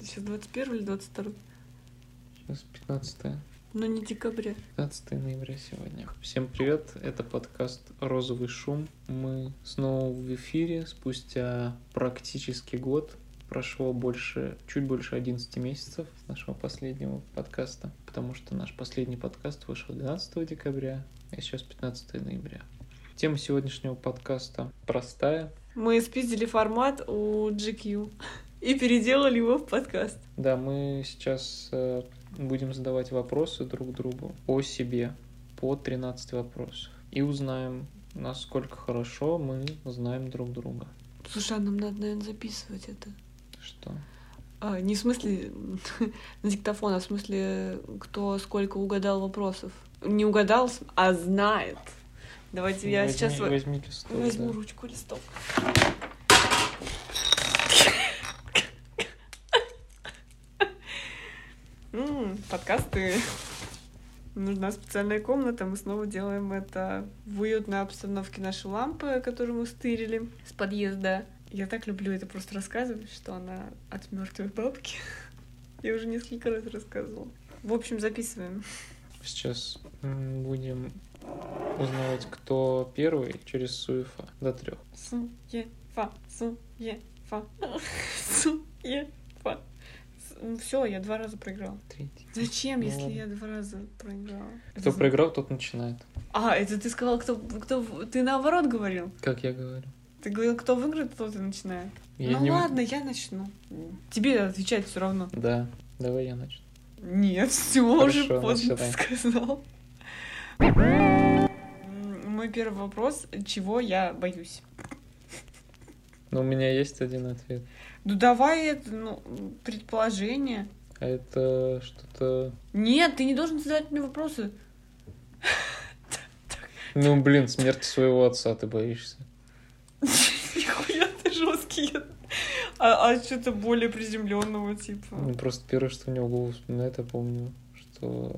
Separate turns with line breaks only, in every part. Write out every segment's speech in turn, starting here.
21 или 22?
Сейчас 15
Но Ну, не декабря.
15 ноября сегодня. Всем привет, это подкаст «Розовый шум». Мы снова в эфире спустя практически год. Прошло больше, чуть больше 11 месяцев с нашего последнего подкаста, потому что наш последний подкаст вышел 12 декабря, а сейчас 15 ноября. Тема сегодняшнего подкаста простая.
Мы спиздили формат у GQ и переделали его в подкаст.
Да, мы сейчас э, будем задавать вопросы друг другу о себе по 13 вопросов. И узнаем, насколько хорошо мы знаем друг друга.
Слушай, а нам надо, наверное, записывать это.
Что?
А, не в смысле на диктофон, а в смысле, кто сколько угадал вопросов. Не угадал, а знает. Давайте я
Возьми-
сейчас во-
возьми листок,
возьму
да.
ручку, листок. М, Подкасты. Нужна специальная комната. Мы снова делаем это в уютной обстановке нашей лампы, которую мы стырили с подъезда. Я так люблю это просто рассказывать, что она от мертвой бабки. Я уже несколько раз рассказывала. В общем, записываем.
Сейчас м, будем узнавать, кто первый через Суефа до трех.
Суефа, суефа, суефа. Все, я два раза проиграла.
Третий.
Зачем,
Ну
если
ладно.
я два раза проиграла?
Кто
Это-
проиграл, тот начинает.
А, это ты сказал, кто, кто... Ты наоборот говорил.
Как я говорю.
Ты говорил, кто выиграет, тот и начинает.
Я
ну
не-
ладно, я начну. Тебе отвечать все равно.
Да. Давай я начну.
Нет, все
Хорошо, ну
уже поздно ты
начинай.
сказал. М, Мой первый вопрос. Чего я боюсь?
Но у меня есть один ответ.
Ну давай это, ну, предположение.
А это что-то...
Нет, ты не должен задавать мне вопросы.
Ну, блин, смерти своего отца ты боишься.
Нихуя ты жесткий. А, а что-то более приземленного,
Ну,
типа.
просто первое, что мне в голову вспоминает, я помню, что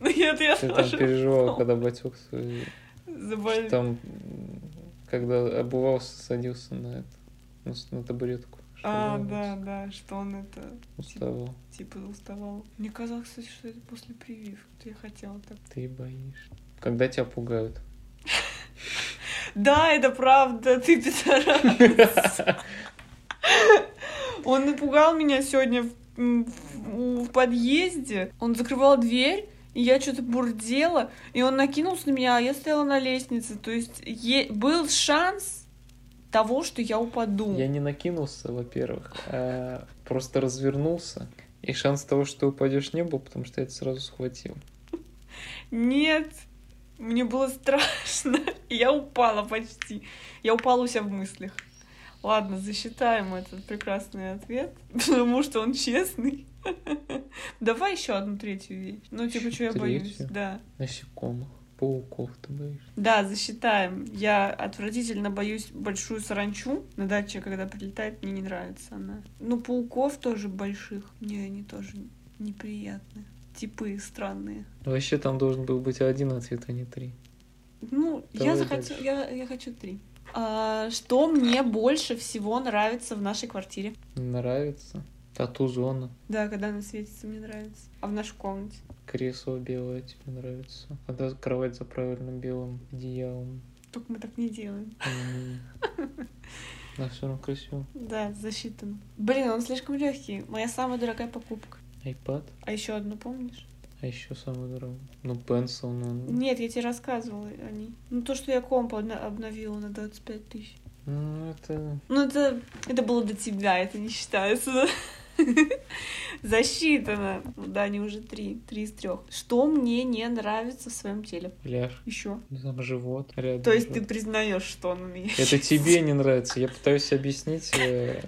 Ну, Нет, я
ты там
тоже
переживал,
ну,
когда батек свой, что
заболел.
там, м, когда обувался, садился на это, ну, с- на табуретку. что
А,
он
да, да, что он это,
Уставал.
типа, уставал. Мне казалось, кстати, что это после прививки. Это я хотела так.
Ты боишься. Когда тебя пугают.
Да, это правда, ты пидорас. Он напугал меня сегодня в, м, в- у- в подъезде. Он закрывал дверь, и я что-то бурдела, и он накинулся на меня, а я стояла на лестнице. То есть е- был шанс того, что я упаду.
Я не накинулся, во-первых, а просто развернулся. И шанс того, что упадешь, не был, потому что я это сразу схватил.
Нет, мне было страшно, и я упала почти. Я упала у себя в мыслях. Ладно, засчитаем этот прекрасный ответ, потому что он честный. Давай еще одну третью вещь. Ну, типа,
Ещё
что я боюсь.
третью?
Да.
Насекомых, пауков ты боишься.
Да, засчитаем. Я отвратительно боюсь большую саранчу на даче, когда прилетает, мне не нравится она. Ну, пауков тоже больших. Мне они тоже неприятны. Типы странные.
Вообще там должен был быть один ответ, а не три.
Ну, я
Давай
захотела.
дальше.
Я, я хочу три. А, что мне больше всего нравится в нашей квартире?
Нравится. Тату-зона.
Да, когда она светится, мне нравится. А в нашей комнате?
Кресло белое тебе нравится. Когда кровать заправлена белым одеялом.
Только мы так не делаем.
М. На все равно красиво.
Да, засчитано. Блин, он слишком легкий. Моя самая дорогая покупка.
Айпад.
А еще одну помнишь?
А еще самое дорогое. Ну, пенсил, ну...
Нет, я тебе рассказывала о ней. Ну, то, что я комп обна- обновила на 25 тысяч.
Ну, это...
Ну, это, это было до тебя, это не считается. Засчитано. Ну Да, они уже три. Три из трех. Что мне не нравится в своем теле?
Ляж.
Еще.
Ну, Там живот. Рядом
То есть ты
живот.
признаешь, что он у меня.
Это тебе не нравится. Я пытаюсь объяснить. э,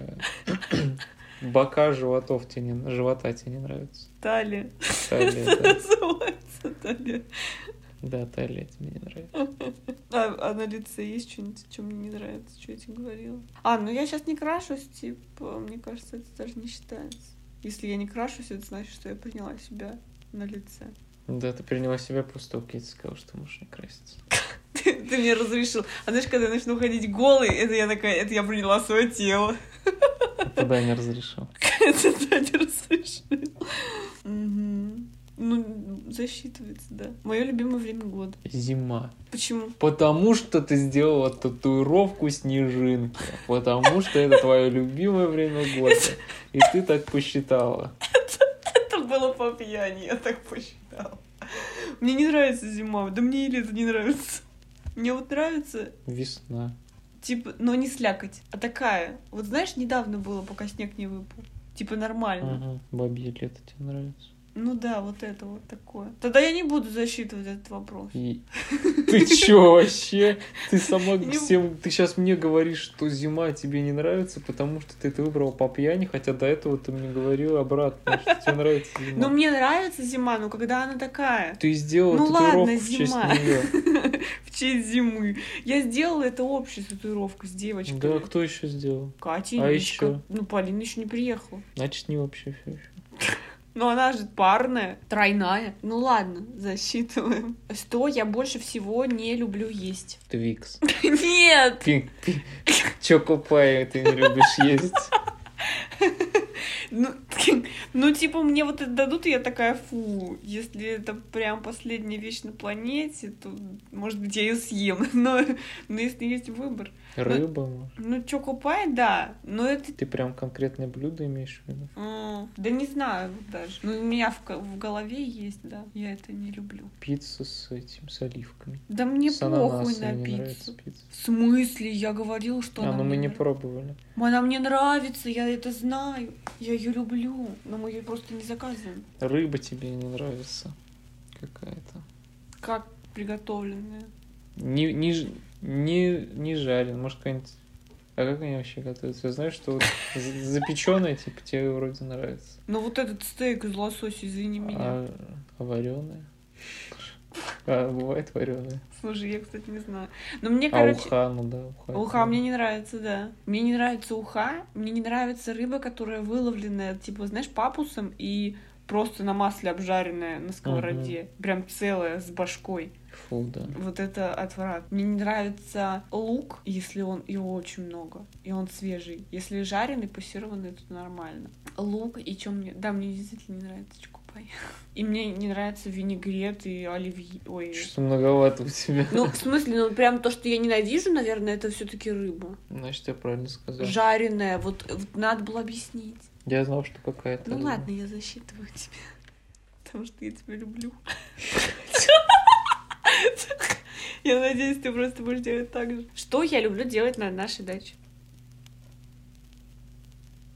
Бока животов тебе не... Живота тебе не нравится.
Талия.
Талия, да.
Называется талия.
Да, талия тебе не нравится.
А, а на лице есть что-нибудь, что мне не нравится, что я тебе говорила? А, ну я сейчас не крашусь, типа, мне кажется, это даже не считается. Если я не крашусь, это значит, что я приняла себя на лице.
Да, ты приняла себя после того, как я тебе сказал, что можешь не краситься.
Ты, ты мне разрешил. А знаешь, когда я начну ходить голый, это я такая, это я приняла свое тело.
Тогда я не разрешил.
Это не разрешил. Мгм. Ну, засчитывается, да. Мое любимое время года.
Зима.
Почему?
Потому что ты сделала татуировку снежинки. Потому что это твое любимое время года. И ты так посчитала.
Это было по пьяни, я так посчитала. Мне не нравится зима, да мне и лето не нравится. Мне вот нравится,
Весна.
типа, но не слякоть, а такая. Вот знаешь, недавно было, пока снег не выпал. Типа нормально.
Ага. Бабье лето тебе нравится.
Ну да, вот это вот такое. Тогда я не буду засчитывать этот вопрос.
И- Ты чё вообще? Ты сама
Не-
всем... Ты сейчас мне говоришь, что зима тебе не нравится, потому что ты это выбрала по пьяни, хотя до этого ты мне говорила обратно, что тебе нравится
Но
зима.
мне нравится зима, но когда она такая.
Ты сделала
Ну ладно,
татуировку в честь
зима.
нее.
В честь зимы. Я сделала это общую татуировку с девочкой.
Да, кто еще сделал?
Катя и
А
Мишка.
ещё?
Ну, Полина еще не приехала.
Значит, не вообще все еще.
Но она же парная, тройная. Ну ладно, засчитываем. Что я больше всего не люблю есть?
Твикс.
Нет!
Пи- пи- Чокопай ты не любишь есть.
Ну, ну, типа, мне вот это дадут, и я такая, фу, если это прям последняя вещь на планете, то, может быть, я ее съем. Но, но если есть выбор.
Рыба, может.
Ну, чокопай, да, но это...
Ты прям конкретное блюдо имеешь в виду?
м, Да не знаю вот даже. Ну, у меня в, ко- в голове есть, да. Я это не люблю.
Пицца с этим, с оливками.
Да мне
с
похуй
ананасами
на
не
пиццу.
нравится пицца.
В смысле? Я говорила, что
А,
она
ну мы
мне
не
нрав-
пробовали.
Она мне нравится, я это знаю. Я ее люблю, но мы ее просто не заказываем.
Рыба тебе не нравится какая-то.
Как приготовленная.
Не, не, ж- не, не жарен, может, какая-нибудь... А как они вообще готовятся? Я знаю, что вот запеченная, типа, тебе вроде нравится.
Но Ну, вот этот стейк из лосося, извини меня.
А, а вареная? А, бывает вареная.
Слушай, я, кстати, не знаю. Но мне,
А
короче...
уха, ну да, уха.
Уха мне не нравится, да. Мне не нравится уха, мне не нравится рыба, которая выловленная, типа, знаешь, папусом и просто на масле обжаренная на сковороде. Прям целая, с башкой.
Фу, да.
Вот это отврат. Мне не нравится лук, если он его очень много, и он свежий. Если жареный, пассированный, то нормально. Лук и чем мне... Да, мне действительно не нравится чукупай. И мне не нравится винегрет и оливье. Ой.
Что многовато у тебя.
Ну, в смысле, ну, прям то, что я ненавижу, наверное, это все таки рыба.
Значит, Ну, я правильно сказал.
Жареная, вот, вот надо было объяснить.
Я знал, что какая-то.
Ну
рыба.
ладно, я засчитываю тебя. Потому что я тебя люблю. Я надеюсь, ты просто будешь делать так же. Что я люблю делать на нашей даче?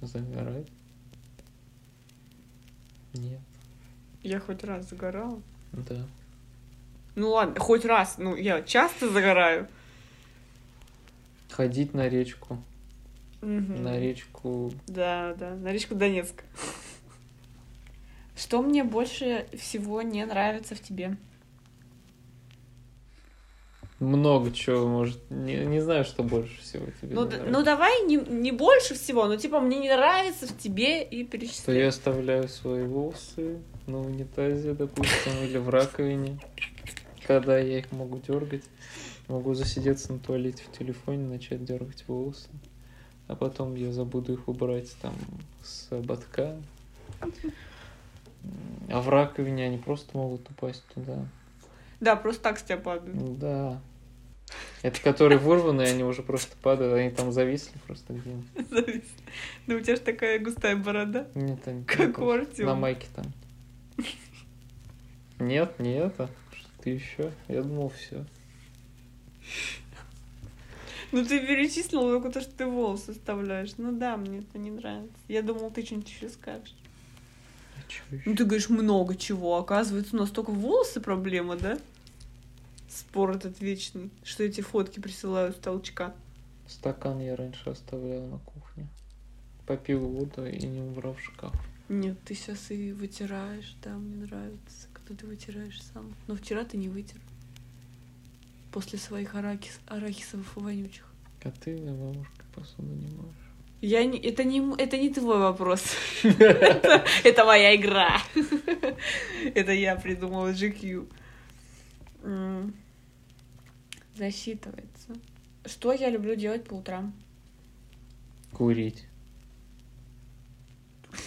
Загорать? Нет.
Я хоть раз загорала.
Да.
Ну ладно, хоть раз. Ну, я часто загораю.
Ходить на речку.
Мгм.
На речку
Да, да, на речку Донецк. Что мне больше всего не нравится в тебе?
много чего может. Не, не знаю, что больше всего тебе.
Ну,
не
д-
нравится.
ну давай не, не больше всего, но типа мне не нравится в тебе и
Что
перечисляй.
я оставляю свои волосы на унитазе, допустим, или в раковине, когда я их могу дергать. Могу засидеться на туалете в телефоне, начать дергать волосы. А потом я забуду их убрать там с ободка. А в раковине они просто могут упасть туда. Ну
Да, просто так с тебя падают.
Да. Это которые вырваны, они уже просто падают, они там зависли просто где-нибудь.
Завис. Да у тебя же такая густая борода.
Нет, они
Как у
просто На
Артема.
майке там. Нет, не это. Что еще? Я думал, все.
Ну ты перечислил только то, что ты волосы оставляешь. Ну да, мне это не нравится. Я думал, ты что-нибудь еще скажешь.
А
Ну ты говоришь много чего. Оказывается, у нас только волосы проблема, да? Спор этот вечный. Что эти фотки присылают с толчка.
Стакан я раньше оставлял на кухне. Попил воду и не убрал в шкаф.
Нет, ты сейчас и вытираешь, да, мне нравится, когда ты вытираешь сам. Но вчера ты не вытер. После своих аракис, арахисовых вонючих.
А ты на бабушке посуду не можешь.
Я не, это не, м- это не твой вопрос. Это это моя игра. Это я придумала GQ. М. Засчитывается. Что я люблю делать по утрам?
Курить.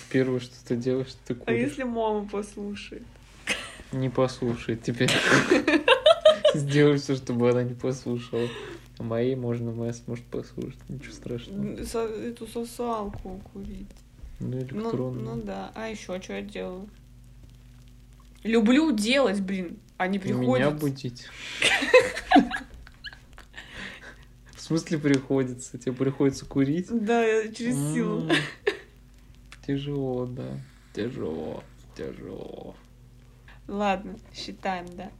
Первое, что ты делаешь, ты
А
куришь.
если мама послушает?
Не послушает теперь. Сделай все, чтобы она не послушала. А моей можно, моя сможет послушать. Ничего страшного.
М, со- Эту сосалку курить. Ну,
Ну,
ну
электронную.
да. А еще что я делаю? Люблю делать, блин. А не
Меня
приходит.
будить. В смысле приходится? Тебе приходится курить?
Да, я через силу.
М, Тяжело, да. Тяжело. Тяжело.
Ладно, считаем, да.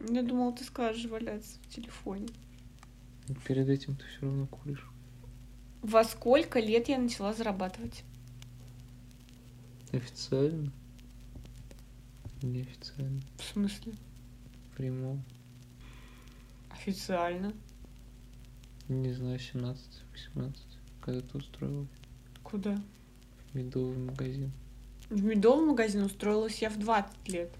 Ну, Я думала, ты скажешь валяться в телефоне.
Но Перед этим ты все равно куришь.
Во сколько лет я начала зарабатывать?
Официально? Неофициально.
В смысле?
В прямом.
Официально.
Не знаю, 17-18. Когда ты устроилась
Куда?
в медовый магазин.
В медовый магазин устроилась я в 20 лет.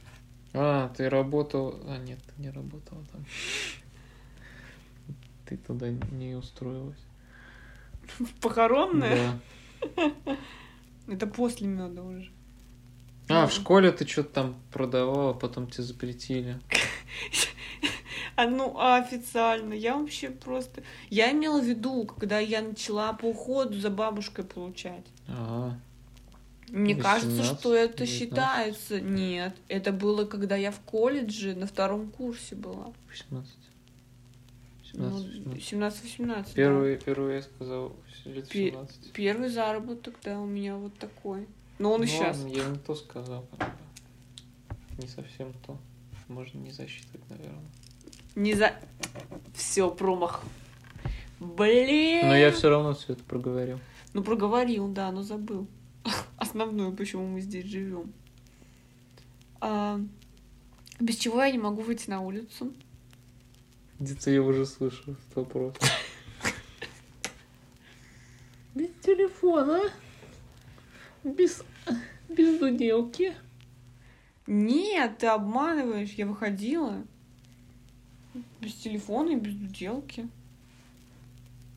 А, ты работал... А, нет, ты не работала там. Ты туда не устроилась.
В похоронное?
Да.
Это после меда уже.
А, в школе ты что-то там продавала, а потом тебе запретили.
А ну, а официально? Я вообще просто... Я имела в виду, когда я начала по уходу за бабушкой получать.
А,
Мне кажется,
18,
что это
19.
считается. Нет, это было, когда я в колледже на втором курсе была.
18.
Ну,
17, 18.
17-18. да.
Первый, первый я сказал лет
Пе-
17.
Первый заработок, да, у меня вот такой. Но он и
Ну
сейчас.
ладно, Я не то сказал. как бы. Не совсем то. Можно не засчитывать, наверное.
Не за... Все, промах. Блин.
Но Ну, я все равно все это проговорил.
Ну, проговорил, да, но забыл. Основную, почему мы здесь живем. А, без чего я не могу выйти на улицу?
Где-то я уже слышал этот вопрос. Без телефона. Без, без дуделки.
Нет, ты обманываешь. Я выходила без телефона и без уделки.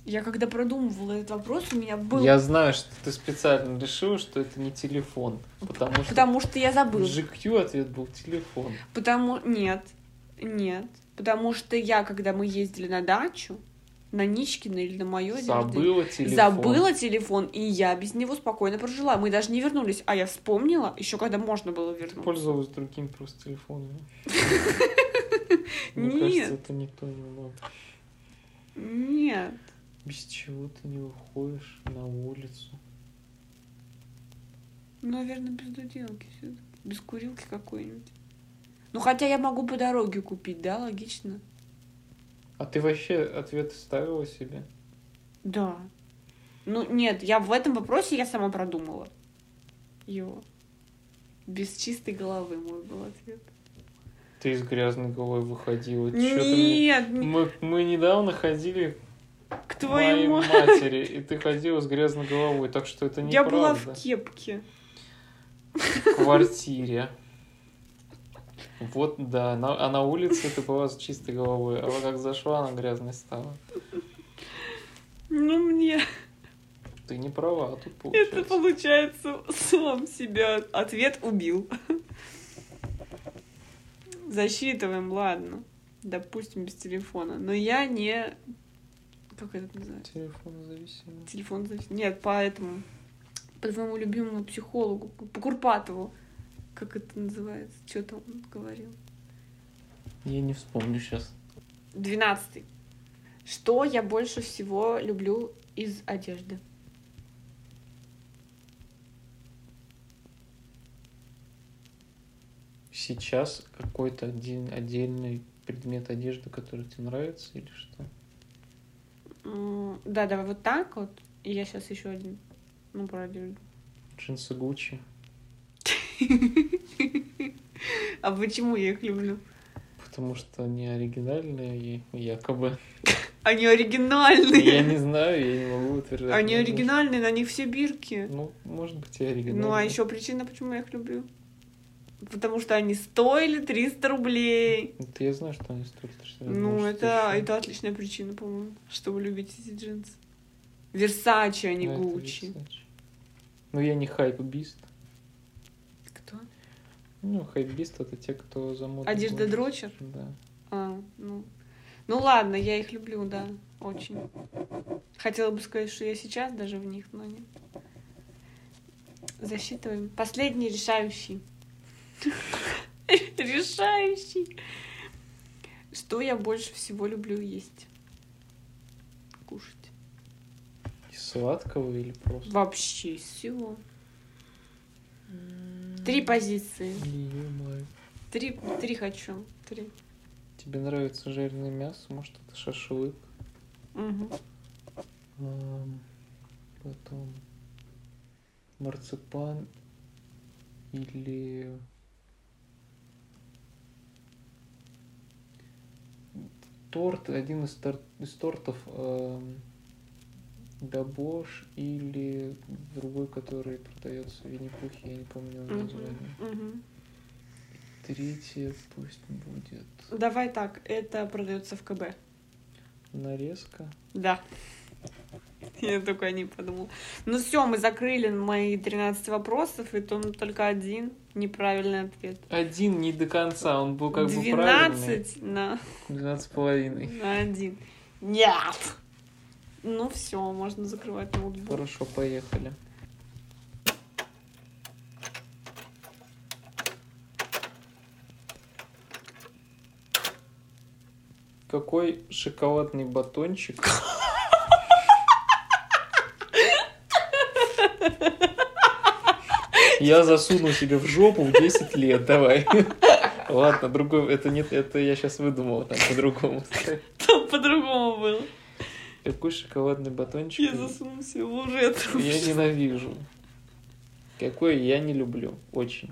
Я когда продумывала этот вопрос, у меня был...
Я знаю, что ты специально решил, что это не телефон. Потому что
Потому что я
в
забыла.
GQ ответ был телефон.
Потому... Нет, нет. Потому что я, когда мы ездили на дачу, на Ничкина или на мое
Забыла телефон.
Забыла телефон, и я без него спокойно прожила. Мы даже не вернулись, а я вспомнила, еще когда можно было
Ты
вернуться.
пользовалась другим просто телефоном.
Нет.
Мне кажется, это никто не мог.
Нет.
Без чего ты не выходишь на улицу?
Наверное, без доделки все-таки. Без курилки какой-нибудь. Ну, хотя я могу по дороге купить, да, логично?
А ты вообще ответ ставила себе?
Да. Ну, нет, я в этом вопросе я сама продумала его. Без чистой головы мой был ответ.
Ты из грязной головой выходила. Чё ты мне-
Нет, не-
Мы, мы недавно ходили
к
к моей
твоему.
матери, и ты ходила с грязной головой, так что это
Я была в
неправда.
кепке.
В квартире. Вот, да. На, а на улице ты была с чистой головой, а вот как зашла, она грязной стала.
Ну, мне
Ты не права, а тут
Это
получается.
получается сам себя. Ответ убил. Засчитываем, ладно. Допустим, без телефона. Но я не... Как это называется?
Телефон зависимый.
Телефон завис- Нет, поэтому... По твоему любимому психологу, по Курпатову. Как это называется? Что там он говорил?
Я не вспомню сейчас.
Двенадцатый. Что я больше всего люблю из одежды?
Сейчас какой-то один отдельный предмет одежды, который тебе нравится или что?
М, Да, давай вот так вот. И я сейчас еще один. Ну, про одежду.
Джинсы Гуччи.
А почему я их люблю?
Потому что они оригинальные и якобы.
Они
Я
оригинальные.
не знаю, я не могу утверждать.
Они
но,
оригинальные, на них все бирки.
Ну, может быть, и оригинальные.
Ну, а еще причина, почему я их люблю. Потому что они стоили 300 рублей.
Это я знаю, что они стоят. потому что я
Ну,
знаю, что
это,
еще.
это отличная причина, по-моему, чтобы любить эти джинсы. Версачи, а не
Ну, это
Гуччи.
Versace. Но я не хайп-бист.
Кто?
Ну, хайп-бист это те, кто за моду
Одежда
гонится.
дрочер?
Да.
А, ну. Ну ладно, я их люблю, да, очень. Хотела бы сказать, что я сейчас даже в них, но нет. Засчитываем. Последний решающий. Решающий. Что я больше всего люблю есть? Кушать.
Из сладкого или просто?
Вообще всего. Три позиции.
Е-мое.
Три, три хочу. Три.
Тебе нравится жареное мясо? Может, это шашлык?
Мгм.
Ам, Потом марципан или торт, один из, тор- из тортов эм, Дабош или другой, который продается в Винни-Пухе, я не помню его
Мгм.
название.
Мгм.
Третье пусть будет
Давай так, это продается в КБ.
нарезка.
Да. Я только не подумала. Ну все, мы закрыли мои 13 вопросов, и там только один неправильный ответ.
Один не до конца, он был Ну, как бы правильный.
12 на,
12 с половиной.
на один. Нет! Ну все, можно закрывать ноутбук.
Хорошо, поехали. Какой шоколадный батончик? Я засуну себе в жопу в 10 лет, давай. Ладно, другой, это нет, это я сейчас выдумал, там по-другому.
Там по-другому было.
Какой шоколадный батончик?
Я засуну себе в лужетку.
Я ненавижу. Какой я не люблю. Очень.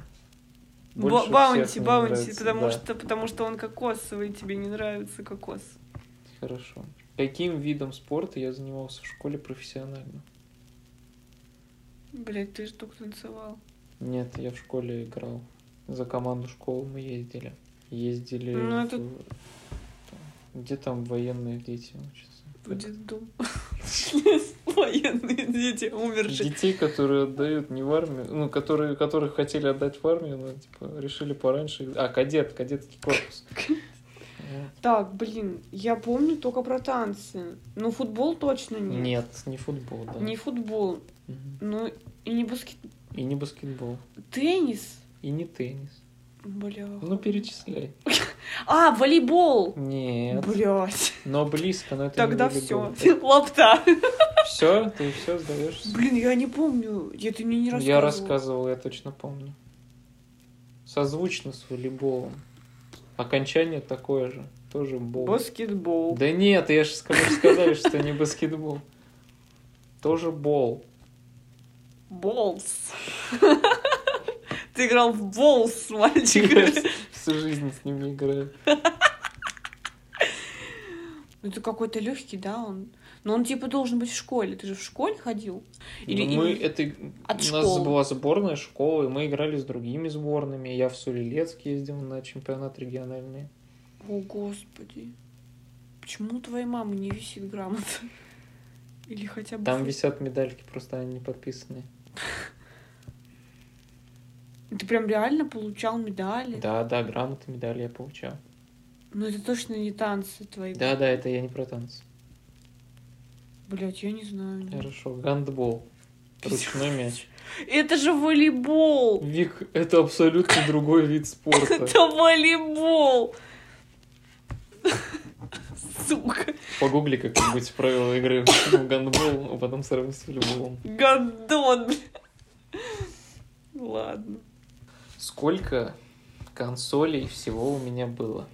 Ба-
Больше всех
Баунти,
мне
баунти,
нравится,
потому
да.
что потому что он кокосовый, тебе не нравится кокос.
Хорошо. Каким видом спорта я занимался в школе профессионально?
Блять, ты ж только танцевал.
Нет, я в школе играл. За команду школы мы ездили. Ездили...
Ну, это-
в- Где там военные дети учатся?
Будет дом. Военные дети умершие.
Детей, которые отдают не в армию, ну, которые, которых хотели отдать в армию, но, типа, решили пораньше. А, кадет, кадетский корпус. Вот.
Так, блин, я помню только про танцы. Ну, футбол точно нет.
Нет, не футбол, да.
Не футбол.
Мгм.
Ну, и не баскет...
И не баскетбол.
Теннис?
И не теннис.
Бля.
Ну, перечисляй.
А, волейбол!
Нет.
Блять.
Но близко, но это
Тогда все. Лапта.
Все? Ты все сдаешься?
Блин, я не помню. Я ты мне не рассказывала.
Я рассказывал, я точно помню. Созвучно с волейболом. Окончание такое же. Тоже бол.
Баскетбол.
Да нет, я же скажу, сказали, что не баскетбол. Тоже бол.
Болс. Ты играл в болс, мальчик.
Всю жизнь с ними играю.
Ну, это какой-то легкий, да, он. Но он типа должен быть в школе. Ты же в школе ходил? Или-
Ну, мы
или-
это
от
у нас
школы.
была сборная школы, мы играли с другими сборными. Я в Сулилецк ездил на чемпионат региональный.
О, господи. Почему у твоей мамы не висит грамота? Или хотя бы...
Там
фу-
висят медальки, просто они не подписаны.
Ты прям реально получал медали?
Да, да, грамоты, медали я получал.
Но это точно не танцы твои.
Да, да, это я не про танцы.
Блять, я не знаю.
Хорошо, гандбол. Ручной мяч.
Это же волейбол!
Вик, это абсолютно другой вид спорта.
Это волейбол! Сука.
Погугли как-нибудь правила игры в гандбол, а потом сравни с волейболом.
Гандон. Ладно.
Сколько консолей всего у меня было?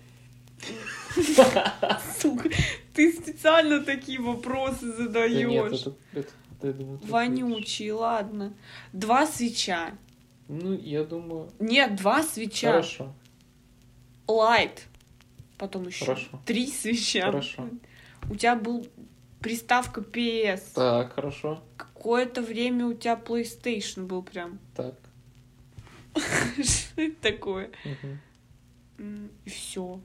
Сука. Ты специально такие вопросы
Да нет,
задаешь.
это, это- да, я думаю, ты ответишь.
Вонючий, ладно. Два свеча.
Ну, я думаю,
Нет, два свеча.
Хорошо.
Лайт. Потом еще.
Хорошо.
Три свеча.
Хорошо.
У тебя был приставка PS.
Так, хорошо.
Какое-то время у тебя PlayStation был прям.
Так.
Что это такое?
мгм.
М, И все.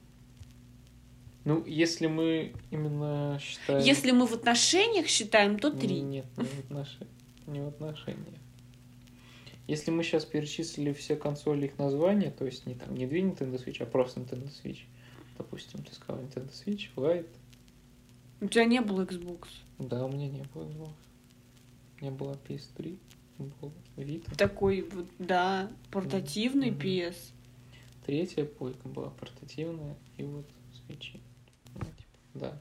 Ну, если мы именно считаем...
Если мы в отношениях считаем, то три.
Нет, не в отношениях. Не в отношениях. Если мы сейчас перечислили все консоли их названия, то есть не там не две Nintendo Switch, а просто Nintendo Switch. Допустим, ты сказал Nintendo Switch, Lite.
У тебя не было Xbox.
Да, у меня не было Xbox. У меня была PS3, был Vita.
Такой вот, да, портативный
Мгм.
PS.
Третья плойка была портативная, и вот свечи. Ну, типа, да.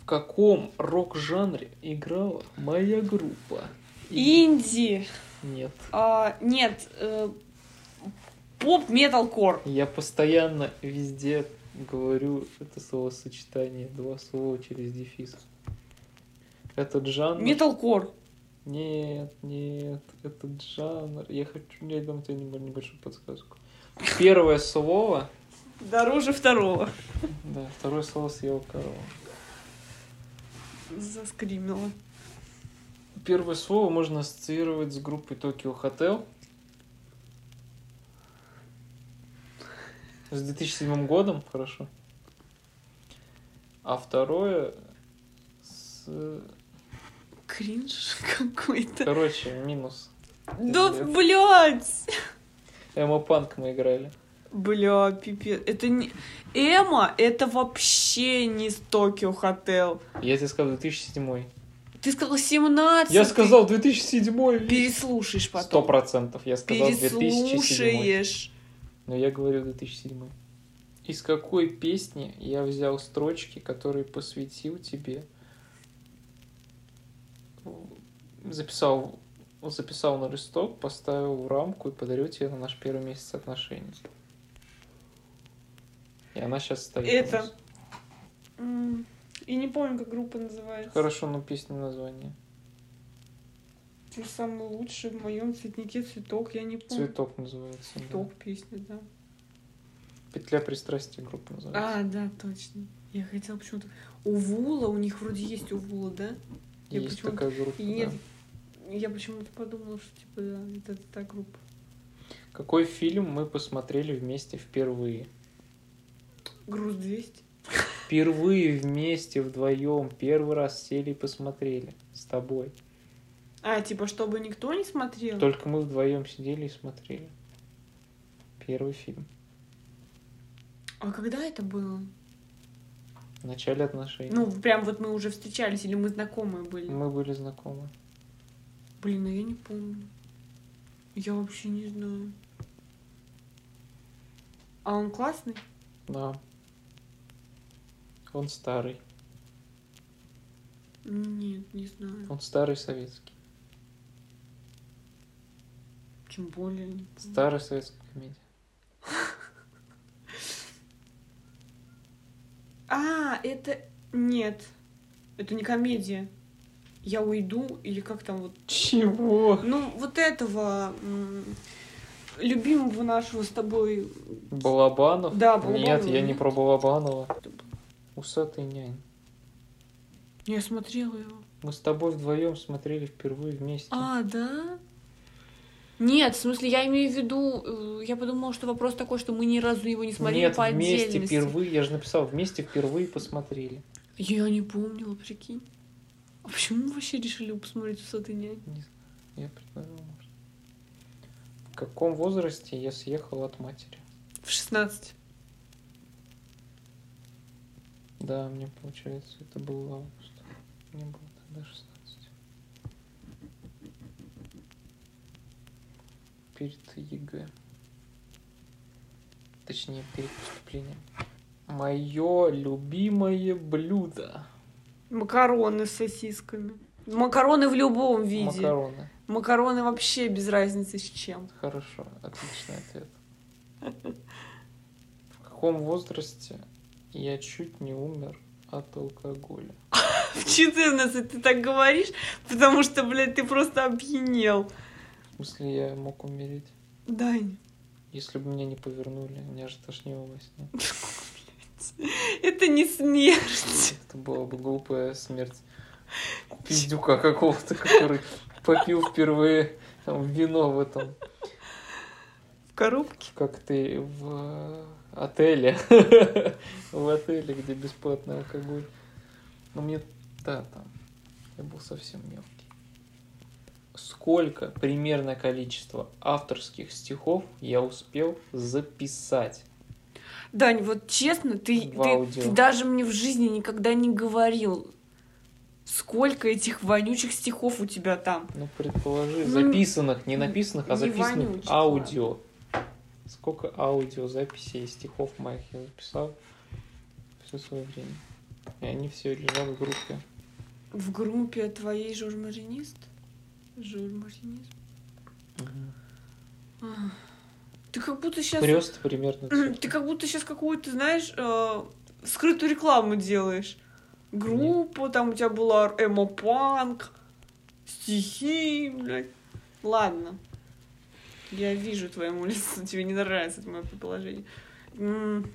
В каком рок-жанре играла моя группа? И-
Инди.
Нет.
А, нет, э, поп метал кор.
Я постоянно везде говорю это словосочетание. Два слова через дефис. Этот жанр...
Метал кор.
Нет, нет, этот жанр. Я хочу, я дам тебе небо- небольшую подсказку. Первое слово,
Дороже второго.
да, второе слово съел корова.
Заскримила.
Первое слово можно ассоциировать с группой Tokyo Hotel. С 2007 годом, хорошо. А второе с...
Кринж какой-то.
Короче, минус.
Да,
Пиздец.
блядь!
Эмо-панк мы играли.
Бля, пипец. Это не... Эма, это вообще не с Токио Хотел.
Я тебе сказал 2007.
Ты сказал 17.
Я сказал 2007.
Переслушаешь потом.
Сто процентов. Я сказал 2007.
Переслушаешь.
Но я говорю 2007. Из какой песни я взял строчки, которые посвятил тебе? Записал, записал на листок, поставил в рамку и подарил тебе на наш первый месяц отношений. И она сейчас стоит. у
Это-
нас.
М, И не помню, как группа называется.
Хорошо, но песня название.
Ты самый лучший в моем цветнике цветок. Я не помню.
Цветок называется. да.
Цветок песня, да.
Петля пристрастия группа называется.
А, да, точно. Я хотела почему-то... У Вула, у них вроде есть у Вула, да? я
Есть
почему-то-
такая группа.
И нет,
да.
я почему-то подумала, что типа да, это, та группа.
Какой фильм мы посмотрели вместе впервые?
Груз 200.
Впервые вместе вдвоем первый раз сели и посмотрели с тобой.
А, типа, чтобы никто не смотрел?
Только мы вдвоем сидели и смотрели. Первый фильм.
А когда это было?
В начале отношений.
Ну, прям вот мы уже встречались, или мы знакомые были.
Мы были знакомы.
Блин, ну я не помню. Я вообще не знаю. А он классный?
Да. Он старый.
Нет, не знаю.
Он старый советский.
Тем более. не помню.
Старая советская комедия.
А, это... Нет. Это не комедия. Я уйду, или как там вот...
Чего?
Ну, вот этого... м, Любимого нашего с тобой...
Балабанов?
Да, Балабанова,
Нет, я не
нет?
про Балабанова. Усатый нянь.
Я смотрела его.
Мы с тобой вдвоем смотрели впервые вместе.
А, да? Нет, в смысле, я имею в виду... э, Я подумала, что вопрос такой, что мы ни разу его не смотрели
Нет,
по
вместе
отдельности.
впервые, я же написал, вместе впервые посмотрели.
Я не помнила, прикинь. А почему мы вообще решили его посмотреть «Усатый нянь»?
Не знаю, я предложил, может. В каком возрасте я съехал от матери?
В 16.
Да, мне получается, это был август. Мне было тогда 16. Перед ЕГЭ. Точнее, перед поступлением. Мое любимое блюдо.
Макароны с сосисками. Макароны в любом виде.
Макароны.
Макароны вообще без разницы с чем.
Хорошо, отличный ответ. В каком возрасте я чуть не умер от алкоголя?
В 14 ты так говоришь, потому что, блядь, ты просто опьянел.
В смысле, я мог умереть,
Дань,
если бы меня не повернули. Меня же тошнило во сне.
это не смерть.
Это была бы глупая смерть пиздюка какого-то, который попил впервые там, вино в этом,
В коробке?
как ты, в э, отеле. В отеле, где бесплатный алкоголь. Но мне, да, там, Я был совсем мелкий. Сколько примерное количество авторских стихов я успел записать?
Дань, вот честно, ты,
В
ты,
аудио.
ты даже мне в жизни никогда не говорил, сколько этих вонючих стихов у тебя там.
Ну,
Ну,
предположи, записанных, не написанных, а
не
записанных
вонючек,
аудио. Сколько аудиозаписей и стихов моих я записал все свое время. И они все лежат в группе.
В группе твоей журмаринист? Журмаринист? Ах. Ты как будто сейчас...
Просто примерно так.
Ты как будто сейчас какую-то, знаешь, э, скрытую рекламу делаешь. Группа, там у тебя была эмо-панк, стихи, блядь. Ладно. Я вижу твоему лицу, тебе не нравится это мое предположение. М,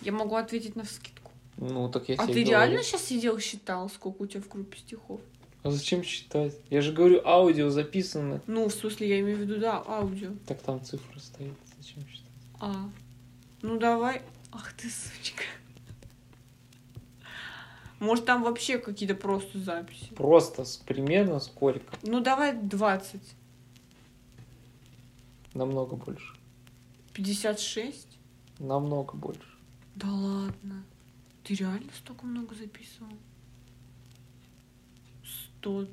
Я могу ответить на вскидку.
Ну, так я
А
тебе
ты
и
реально
говорю.
сейчас сидел, считал, сколько у тебя в группе стихов?
А зачем считать? Я же говорю, аудио записано.
Ну, в смысле, я имею в виду, да, аудио.
Так там цифра стоит. Зачем считать?
А. Ну давай. Ах ты, сучка. Может, там вообще какие-то просто записи.
Просто с- примерно сколько?
Ну давай 20.
Намного больше.
56?
Намного больше.
Да ладно. Ты реально столько много записывал? 120?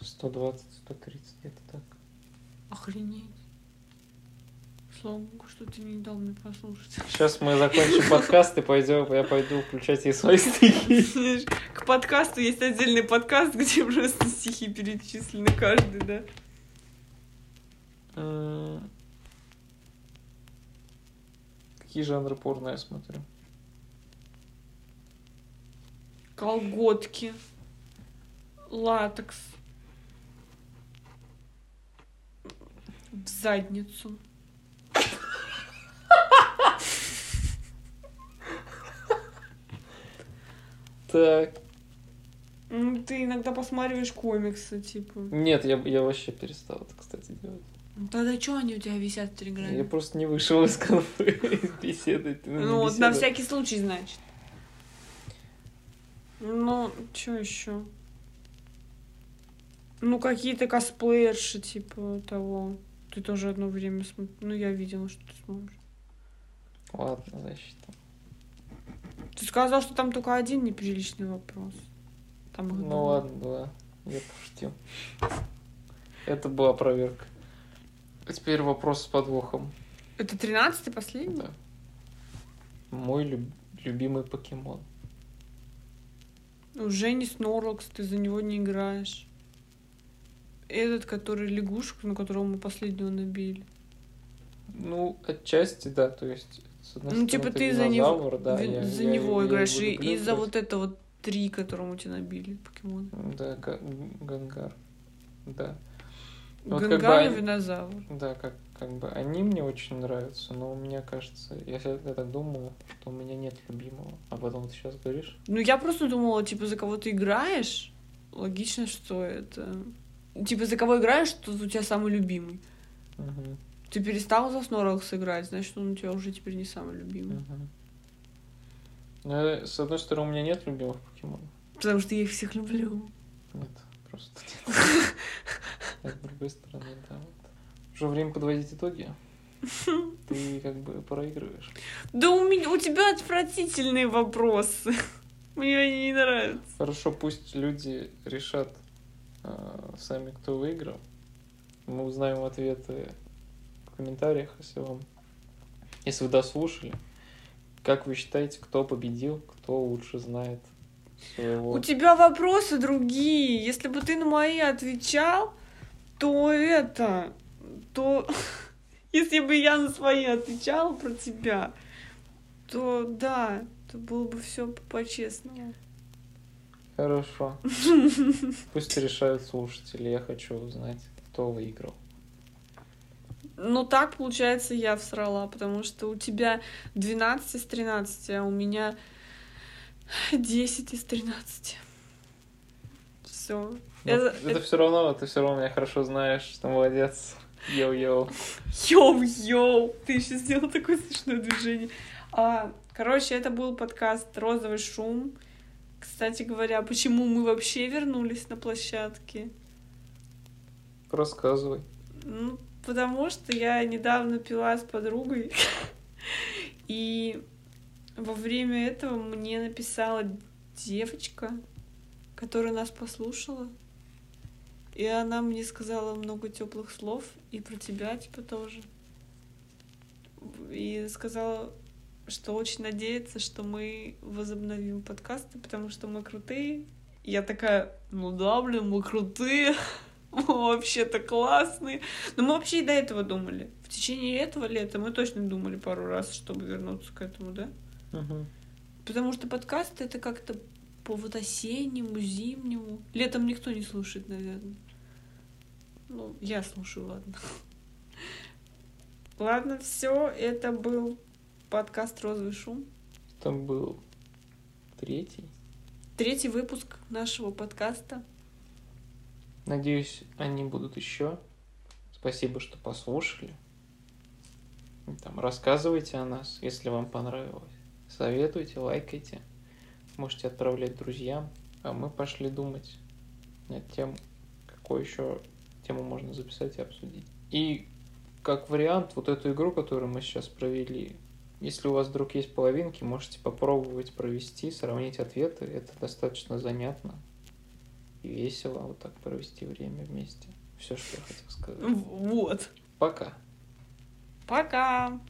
120, 130, это так.
Охренеть. Слава богу, что ты не дал мне послушать.
Сейчас мы закончим подкаст и пойдем, я пойду включать ей свои стихи.
Знаешь, К подкасту есть отдельный подкаст, где просто стихи перечислены каждый, да?
М. Какие жанры порно я смотрю?
колготки, латекс в задницу.
Так,
Ну, ты иногда посматриваешь комиксы, типа.
нет, я, я вообще перестал это, кстати, делать.
Ну, тогда что они у тебя висят в
Я
Телеграме?
просто не вышел из конфы, из беседы. Ну, не
Ну, вот на
беседы.
всякий случай, значит. Ну, что еще? Ну, какие-то косплеерши, типа того. Ты тоже одно время смотришь. Ну, я видела, что ты смотришь.
Ладно, защита.
Ты сказал, что там только один неприличный вопрос. Там их два.
Ну ладно, да, я пошутил. Это была проверка. А Теперь вопрос с подвохом.
Это тринадцатый последний?
Да. Мой люб- любимый покемон.
Уже не Снорлакс, Ну, ты за него не играешь. Этот, который лягушку, на которого мы последнего набили.
Ну, отчасти, да, то есть... С одной
ну,
стороны,
типа
это
ты за него,
динозавр, да,
за-
я-
за
я-
него
я его
играешь, и,
люблю,
и за
то есть-
вот это вот три, которому тебя набили покемоны.
Да, га- Гангар. Да. Ну, Вот как бы
Гангар и
они-
Винозавр.
Да, как, как бы они мне очень нравятся, но мне кажется, я всегда так думаю, что у меня нет любимого. А потом ты сейчас говоришь,
Ну, я просто думала, типа, за кого ты играешь, логично, что это... Типа, за кого играешь, что у тебя самый любимый.
«Мгм,
Ты перестал за Снорлакса играть, значит, он у тебя уже теперь не самый любимый.
мгм». Э, С одной стороны, у меня нет любимых покемонов.
Потому что я их всех люблю.
Нет, просто нет. А с другой стороны, да, вот. Уже время подводить итоги. Ты как бы проигрываешь.
Да у, меня, у тебя отвратительные вопросы. Мне они не нравятся.
Хорошо, пусть люди решат э, сами, кто выиграл. Мы узнаем ответы в комментариях, если вам... Если вы дослушали, как вы считаете, кто победил, кто лучше знает своего...
У тебя вопросы другие. Если бы ты на мои отвечал, то это... То... Если бы я на свои отвечала про тебя, то да, то было бы все по-честному.
Хорошо. Пусть решают слушатели. Я хочу узнать, кто выиграл.
Ну так, получается, я всрала, потому что у тебя 12 из 13, а у меня 10 из 13. Все.
Ну,
Это-
Это, все равно, ты все равно меня хорошо знаешь, что молодец. Йоу-йоу.
Йоу-йоу! Ты еще сделал такое смешное движение. А, Короче, это был подкаст «Розовый шум». Кстати говоря, почему мы вообще вернулись на площадке?
Рассказывай.
Ну, потому что я недавно пила с подругой, и во время этого мне написала девочка, которая нас послушала, и она мне сказала много теплых слов и про тебя, типа, тоже. И сказала, что очень надеется, что мы возобновим подкасты, потому что мы крутые. Я такая, ну да, блин, мы крутые, мы вообще-то классные. Но Ну, мы вообще и до этого думали. В течение этого лета мы точно думали пару раз, чтобы вернуться к этому, да? Потому что подкасты это как-то по вот осеннему, зимнему. Летом никто не слушает, наверное. Ну, я слушаю, ладно. Ладно, все, это был подкаст «Розовый шум».
Там был третий.
Третий выпуск нашего подкаста.
Надеюсь, они будут еще. Спасибо, что послушали. Там, рассказывайте о нас, если вам понравилось. Советуйте, лайкайте. Можете отправлять друзьям. А мы пошли думать над тем, какую еще тему можно записать и обсудить. И как вариант, вот эту игру, которую мы сейчас провели, если у вас вдруг есть половинки, можете попробовать провести, сравнить ответы. Это достаточно занятно и весело вот так провести время вместе. Все, что я хотел сказать.
Вот.
Пока.
Пока!